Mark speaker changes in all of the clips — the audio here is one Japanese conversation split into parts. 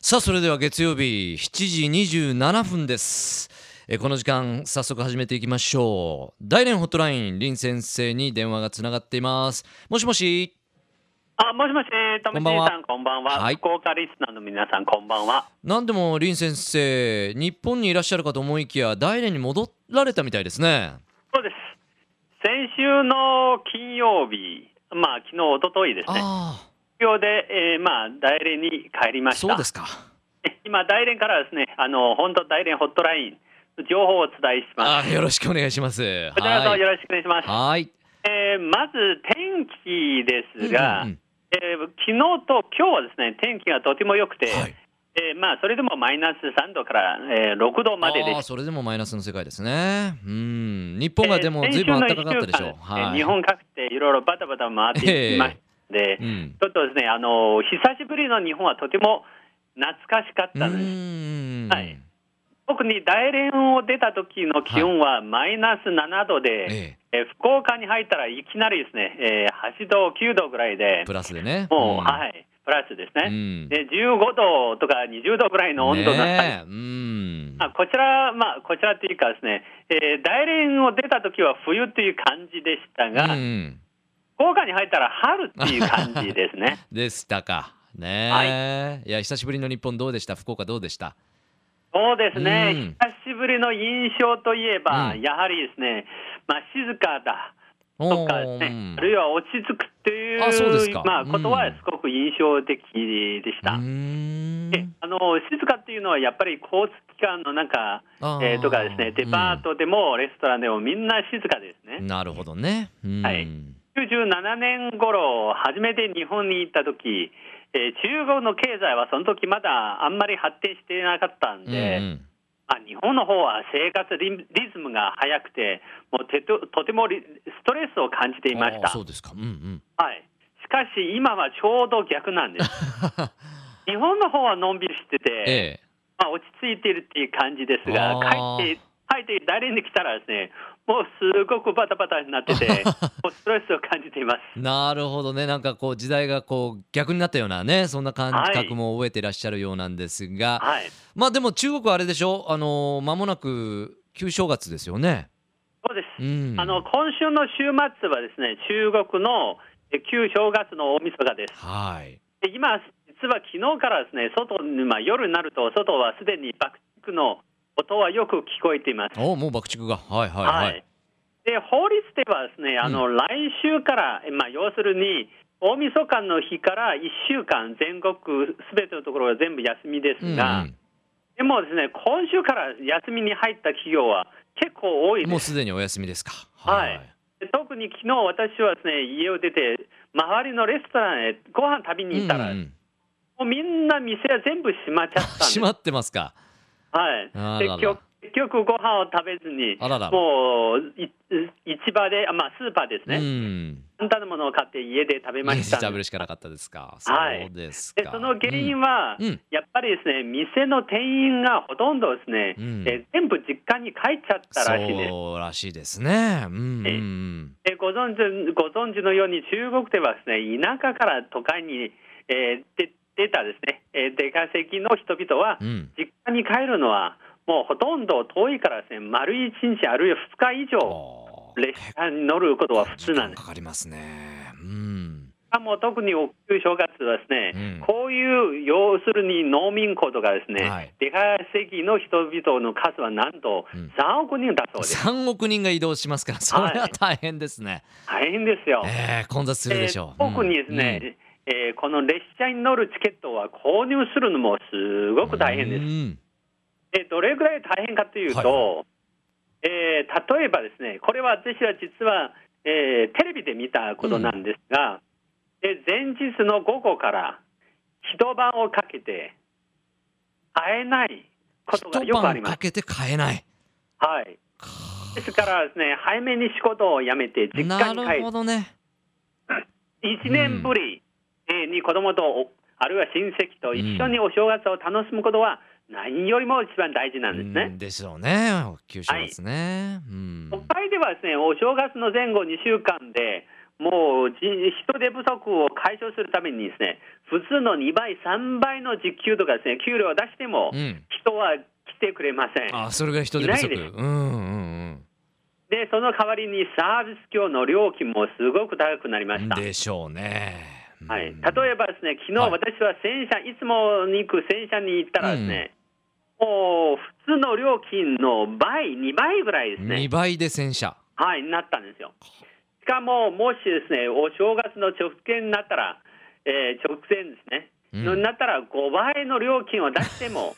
Speaker 1: さあそれでは月曜日7時27分ですえーこの時間早速始めていきましょう大連ホットライン林先生に電話がつながっていますもしもし
Speaker 2: あ、もしもし、と
Speaker 1: こん
Speaker 2: み
Speaker 1: ばんは
Speaker 2: さん、こんばんは。
Speaker 1: はい
Speaker 2: 福岡リスナーの皆さん、こんばんは。
Speaker 1: なんでも林先生日本にいらっしゃるかと思いきや大連に戻られたみたいですね
Speaker 2: そうです。先週の金曜日、まあ、昨日、一昨日ですね。
Speaker 1: あ
Speaker 2: 東京で、えーまあ、大連に帰りま
Speaker 1: あ
Speaker 2: した。
Speaker 1: そうですか
Speaker 2: 今、大連からですね、あの、本当大連ホットライン、情報をお伝えします。
Speaker 1: あーよろしくお願いします
Speaker 2: こちらこそ
Speaker 1: はい
Speaker 2: よろしくお願いします。
Speaker 1: はい
Speaker 2: えーまず、天気ですが、
Speaker 1: うんうん
Speaker 2: えー昨日と今日はですね、天気がとても良くて、
Speaker 1: はい
Speaker 2: えーまあ、それでもマイナス3度から、えー6度までで
Speaker 1: あ
Speaker 2: し
Speaker 1: ー
Speaker 2: た
Speaker 1: それでもマイナスの世界ですねうん日本がでも
Speaker 2: えー
Speaker 1: ずいぶん暖
Speaker 2: 先週
Speaker 1: か
Speaker 2: の
Speaker 1: かったでしょう、
Speaker 2: 一週間ですね日本各地でいろいろバタバタ回っていましたので、
Speaker 1: うん
Speaker 2: ちょっとですね、あの久しぶりの日本はとても懐かしかったんです。
Speaker 1: ん
Speaker 2: はい特に大連を出た時の気温はマイナス7度で、
Speaker 1: え
Speaker 2: えー福岡に入ったらいきなりですね、えー8度、9度ぐらい
Speaker 1: え
Speaker 2: で、
Speaker 1: プラスでね。
Speaker 2: も
Speaker 1: ん
Speaker 2: う、はい、プラスです
Speaker 1: う
Speaker 2: ね、
Speaker 1: ん
Speaker 2: で、15度とか20度ぐらいの温度だったんです。
Speaker 1: ねえうん
Speaker 2: まあ、こちら、まあ、こちらというかですね、えー大連を出た時は冬という感じでしたが、
Speaker 1: うん
Speaker 2: 福岡に入ったら春っていう感じで すね。
Speaker 1: でしたか。ねえ、い、や久しぶりの日本どうでした福岡どうでした
Speaker 2: そうですね、
Speaker 1: うん
Speaker 2: 久しぶりの印象といえば、
Speaker 1: うん
Speaker 2: やはりですね、まあ、静かだ
Speaker 1: お
Speaker 2: と
Speaker 1: ー
Speaker 2: かですね、あるいは落ち着くとい
Speaker 1: あそうで
Speaker 2: う
Speaker 1: すか
Speaker 2: まあ、
Speaker 1: うん
Speaker 2: ことはすごく印象的でした。
Speaker 1: うん
Speaker 2: であの静かっていうのは、やっぱり交通機関の中、
Speaker 1: あー
Speaker 2: えーとかですね、デパートでもレストランでもみんな静かですね。
Speaker 1: なるほどね。うん
Speaker 2: はい97年頃初めて日本に行った時、えー中国の経済はその時まだあんまり発展していなかったんで、
Speaker 1: うんうん
Speaker 2: まあ、日本の方は生活リリズムが速くて、もうてととてもリストレスを感じていまし
Speaker 1: あー
Speaker 2: た、
Speaker 1: そうですか。うんうん。
Speaker 2: はい、しかし今はちょうど逆なんです、 日本の方はのんびりしてて、
Speaker 1: え
Speaker 2: まあ、落ち着いているっていう感じですが、
Speaker 1: あ
Speaker 2: 帰
Speaker 1: ー
Speaker 2: って帰って大連に来たらですね、もうすごくバタバタに なってて、もうストレスを感じています。
Speaker 1: えなるほどね。なんかこう時代がこう逆になったようなねそんな感
Speaker 2: はい
Speaker 1: 覚も覚えていらっしゃるようなんですが。
Speaker 2: はい
Speaker 1: まあでも中国はあれでしょあのー間もなく旧正月ですよね。
Speaker 2: そうです
Speaker 1: うん。
Speaker 2: あの今週の週末はですね中国のえ旧正月の大晦日です。
Speaker 1: はい。
Speaker 2: で今実は昨日からですね外にまあ夜になると外はすでに爆竹の音はよく聞こえています。
Speaker 1: おもう爆竹がはいはいはい。
Speaker 2: で法律ではですねあの、来週からえまあ要するに大晦日の日から1週間全国すべてのところが全部休みですが、
Speaker 1: うん
Speaker 2: でもですね今週から休みに入った企業は結構多
Speaker 1: う
Speaker 2: い
Speaker 1: ん
Speaker 2: です。
Speaker 1: もうすでにお休みですか。
Speaker 2: はいで特に昨日私はですね家を出て周りのレストランへご飯食べに行った
Speaker 1: うん
Speaker 2: ら、
Speaker 1: う
Speaker 2: も
Speaker 1: ん
Speaker 2: うみんな店は全部閉まっちゃったんです
Speaker 1: 閉まってますか。
Speaker 2: はい
Speaker 1: あ
Speaker 2: で
Speaker 1: らら
Speaker 2: 結局結局ご飯を食べずに
Speaker 1: あらら
Speaker 2: もうい市場であまあスーパーです
Speaker 1: う
Speaker 2: ね、
Speaker 1: ん。
Speaker 2: 簡単なものを買って家で食べま
Speaker 1: 毎日
Speaker 2: した
Speaker 1: 食べるしかなかったですか。そうですか。
Speaker 2: でその原因は、
Speaker 1: うんうん
Speaker 2: やっぱりですね店の店員がほとんどですね、
Speaker 1: うん
Speaker 2: え全部実家に帰っちゃったらしいです。
Speaker 1: そうらしいですね。うんうんうん。
Speaker 2: えーご存知ご存知のように中国ではですね田舎から都会に、えーで出たですね、えー出稼ぎの人々は
Speaker 1: うん
Speaker 2: 実家に帰るのはもうほとんど遠いからですね丸1日あるいは2日以上
Speaker 1: あー
Speaker 2: 列車に乗ることは普通
Speaker 1: 時
Speaker 2: な
Speaker 1: 間
Speaker 2: んです
Speaker 1: かかりますね。うん。
Speaker 2: あもう特にお旧正月はですね、
Speaker 1: うん
Speaker 2: こういう要するに農民工とかですね、
Speaker 1: はい
Speaker 2: 出稼ぎの人々の数はなんと
Speaker 1: うん
Speaker 2: 3億人だそうです、
Speaker 1: 三億人が移動しますから、それは大変ですね。
Speaker 2: 大変ですよ、
Speaker 1: ええ混雑するでしょう。
Speaker 2: えー特にですね、えーこの列車に乗るチケットは購入するのもすご
Speaker 1: うん、
Speaker 2: く大変です。
Speaker 1: うん
Speaker 2: でどれぐらい大変かというと、
Speaker 1: はいは
Speaker 2: えー例えばですね、これは私は実は、えーテレビで見たことなんですが、で前日の午後から一晩をかけて買えないことが
Speaker 1: 一
Speaker 2: よくあり
Speaker 1: 晩
Speaker 2: ます
Speaker 1: か。けて買えない。
Speaker 2: はい。ですからですね、早めに仕事を辞めて実
Speaker 1: な
Speaker 2: 家に帰っ
Speaker 1: る
Speaker 2: て
Speaker 1: ほどね。
Speaker 2: 1年ぶりえーに子供とおあるいは親戚と一緒にお正月を楽しむことは何よりも一番大事なんです
Speaker 1: う
Speaker 2: ね。
Speaker 1: んでしょうね。旧正月ね。うん
Speaker 2: 都会ではですねお正月の前後2週間でもう人人手不足を解消するためにですね、普通の2倍、3倍の時給とかですね、給料を出しても
Speaker 1: う、ん、
Speaker 2: 人は来てくれません。
Speaker 1: あそれぐらい人手不足
Speaker 2: いないで
Speaker 1: うんうん
Speaker 2: で、その代わりにサービス業の料金もすごく高くなりま
Speaker 1: う
Speaker 2: し
Speaker 1: ん
Speaker 2: た。
Speaker 1: でしょうね、
Speaker 2: はい、例
Speaker 1: うん
Speaker 2: えばですね、昨日
Speaker 1: はい
Speaker 2: 私は洗車、いつもに行く洗車に行ったらですね、もう普通の料金の倍、2倍ぐらいです
Speaker 1: 2
Speaker 2: ね、
Speaker 1: 倍で洗車
Speaker 2: はい、なったんですよ。しかも、もしですね、お正月の直前になったら、えー直前ですね、
Speaker 1: うん
Speaker 2: のになったら5倍の料金を出して も、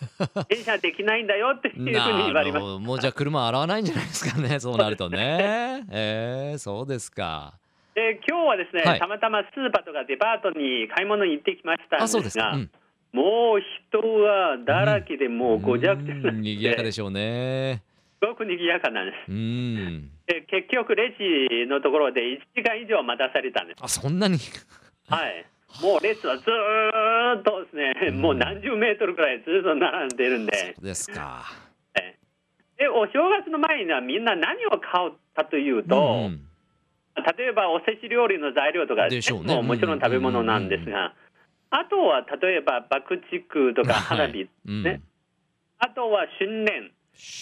Speaker 2: 洗車できないんだよっていうふうに言わ
Speaker 1: な
Speaker 2: れ
Speaker 1: る
Speaker 2: ま
Speaker 1: ほ
Speaker 2: し
Speaker 1: どもうじゃあ車洗わないんじゃないですかね そうなるとねえー、そうですか
Speaker 2: た。で、今日はですね、
Speaker 1: はい
Speaker 2: たまたまスーパーとかデパートに買い物に行ってきましたん
Speaker 1: あ
Speaker 2: で
Speaker 1: そうです
Speaker 2: す
Speaker 1: か、う、
Speaker 2: が
Speaker 1: ん、
Speaker 2: もう人がだらけで、もうごちゃごちゃになって、
Speaker 1: うん賑やかでしょうね
Speaker 2: すごく賑やかなんです。
Speaker 1: うん
Speaker 2: で結局、レジのところで1時間以上待たされたんです。
Speaker 1: あそんなに
Speaker 2: はい、もう列はずーっとですね、
Speaker 1: うん
Speaker 2: もう何十メートルくらいずっと並んでるんで、
Speaker 1: ですか
Speaker 2: でお正月の前にはみんな何を買うかというと、
Speaker 1: ん
Speaker 2: 例えばおせち料理の材料とか、
Speaker 1: でしょうね
Speaker 2: ももちろん食べ物なんですが、あとは例えば爆竹とか花火、
Speaker 1: うん
Speaker 2: ねあとは春蓮。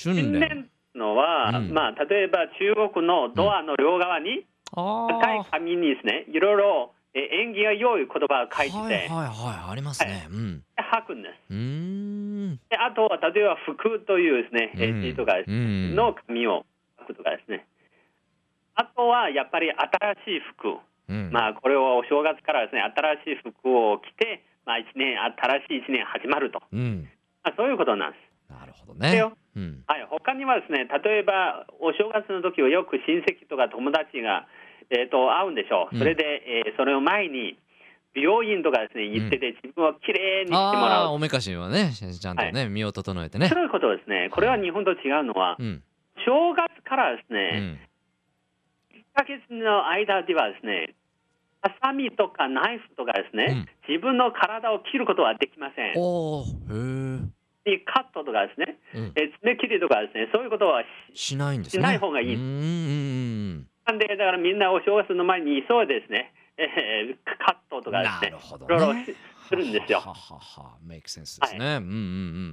Speaker 1: 訓
Speaker 2: 新
Speaker 1: 練
Speaker 2: 年のは、
Speaker 1: うん
Speaker 2: まあ、例えば中国のドアの両側に、
Speaker 1: あー
Speaker 2: 高い紙にですね、いろいろえー縁起が良い言葉を書いてて、
Speaker 1: はいはいはいありますね、うん
Speaker 2: で吐くんです
Speaker 1: うーん
Speaker 2: で。あとは例えば服というですね、え
Speaker 1: うん
Speaker 2: ー字とかですね
Speaker 1: うん
Speaker 2: の紙を書くとかですね。あとはやっぱり新しい服、
Speaker 1: うん
Speaker 2: まあ、これをお正月からですね、新しい服を着て、まあ、一年新しい1年始まると、
Speaker 1: うん
Speaker 2: まあ、そういうことなんです。
Speaker 1: なるほど
Speaker 2: だ
Speaker 1: ね
Speaker 2: よ
Speaker 1: うん
Speaker 2: はい、他にはですね、例えばお正月の時はよく親戚とか友達が、えー、と会うんでしょ
Speaker 1: う
Speaker 2: う、
Speaker 1: ん
Speaker 2: それで、えーそれを前に美容院とかですね行ってて、自分をきれいにしても
Speaker 1: あ
Speaker 2: ら
Speaker 1: あ
Speaker 2: う、
Speaker 1: おめかしはねちゃんとね、身を整えてね
Speaker 2: そういうことですね、これは日本と違うのは、
Speaker 1: うん
Speaker 2: 正月からです
Speaker 1: う
Speaker 2: ね、
Speaker 1: ん
Speaker 2: 1ヶ月の間ではですね、ハサミとかナイフとかですね、自分の体を切ることはできません。
Speaker 1: おーへ
Speaker 2: カットとかですね、
Speaker 1: え、うん、
Speaker 2: えー爪切りとかですね、そういうことはし
Speaker 1: しないんですね
Speaker 2: しない方がいいう
Speaker 1: ーん
Speaker 2: なんで、だからみんなお正月の前に急いでですね、えーカットとか
Speaker 1: な
Speaker 2: です
Speaker 1: る
Speaker 2: ね、
Speaker 1: ほど
Speaker 2: いろい
Speaker 1: ね
Speaker 2: ろしするんですよ
Speaker 1: ははははメイクセンスですね、うんうんう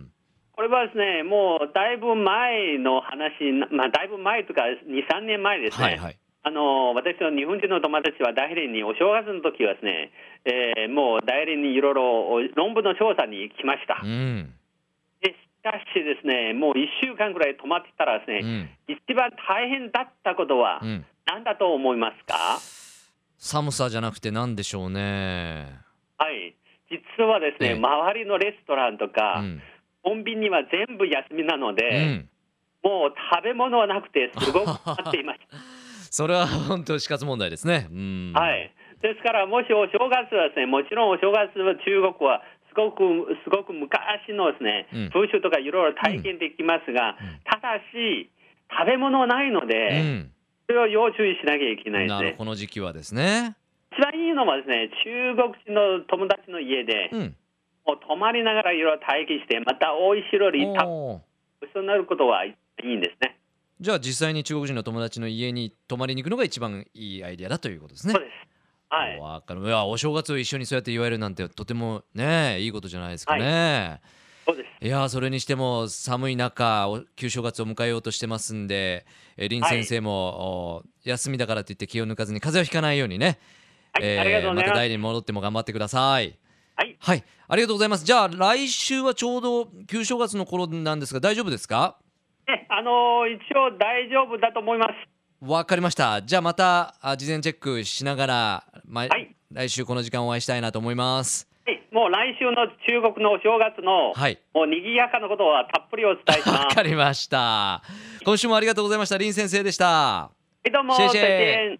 Speaker 1: ん
Speaker 2: これはですね、もうだいぶ前の話な、まあ、だいぶ前とか、2、3年前ですね、
Speaker 1: はいはい
Speaker 2: あの私の日本人の友達は大連にお正月の時はですね、えーもう大連にいろいろ論文の調査に来ました。
Speaker 1: うん
Speaker 2: でしかしですね、もう1週間ぐらい泊まってたらです
Speaker 1: う
Speaker 2: ね、
Speaker 1: ん
Speaker 2: 一番大変だったことは
Speaker 1: うん
Speaker 2: 何だと思いますか、
Speaker 1: 寒さじゃなくてなんでしょうね
Speaker 2: はい、実はですね、
Speaker 1: ええ
Speaker 2: 周りのレストランと
Speaker 1: う
Speaker 2: か、
Speaker 1: ん
Speaker 2: コンビニは全部休みなの
Speaker 1: う
Speaker 2: で、
Speaker 1: ん
Speaker 2: もう食べ物はなくて、すごく困っていまし
Speaker 1: それは本当死活問題ですね うん
Speaker 2: た。はい、ですから、もしお正月はですね、もちろんお正月は中国はすごく、すごく昔のですね
Speaker 1: うん、
Speaker 2: 風習とかいろいろ体験できますが
Speaker 1: うん、
Speaker 2: ただし、食べ物はないの
Speaker 1: う
Speaker 2: で、
Speaker 1: ん
Speaker 2: それを要注意しなきゃいけないで
Speaker 1: な
Speaker 2: す
Speaker 1: る
Speaker 2: ね。
Speaker 1: この時期はですね
Speaker 2: 一番いいのはですね、中国人の友達の家で、
Speaker 1: うん
Speaker 2: もう泊まりながらいろいろ体験して、また美味しい料理食べ
Speaker 1: おー
Speaker 2: ごちそうになることはいいんですね。
Speaker 1: じゃあ実際に中国人の友達の家に泊まりに行くのが一番いいアイデアだということですね
Speaker 2: そうです。はい。
Speaker 1: わかるいやお正月を一緒にそうやって祝えるなんてとてもねいいことじゃないですかね、
Speaker 2: そうです。
Speaker 1: い、やそれにしても寒い中お旧正月を迎えようとしてますんでえ林
Speaker 2: はい
Speaker 1: 先生も、お休みだからといって気を抜かずに風邪をひかないようにね、
Speaker 2: はい。
Speaker 1: えー
Speaker 2: ありがとうござい
Speaker 1: また
Speaker 2: ます。
Speaker 1: 大連に戻っても頑張ってください
Speaker 2: はい
Speaker 1: ありがとうございますじゃあ来週はちょうど旧正月の頃なんですが大丈夫ですか
Speaker 2: ね あのー一応大丈夫だと思います。
Speaker 1: わかりましたじゃあまたあ事前チェックしながら、ま
Speaker 2: はい
Speaker 1: 来週この時間お会いしたいなと思います
Speaker 2: はい。もう来週の中国のお正月の、
Speaker 1: はい
Speaker 2: もう賑やかなことはたっぷりお伝えします。
Speaker 1: わ
Speaker 2: は
Speaker 1: かりました。今週もありがとうございました。林先生でした。
Speaker 2: い、どうも、
Speaker 1: シェイ
Speaker 2: 再
Speaker 1: シェイ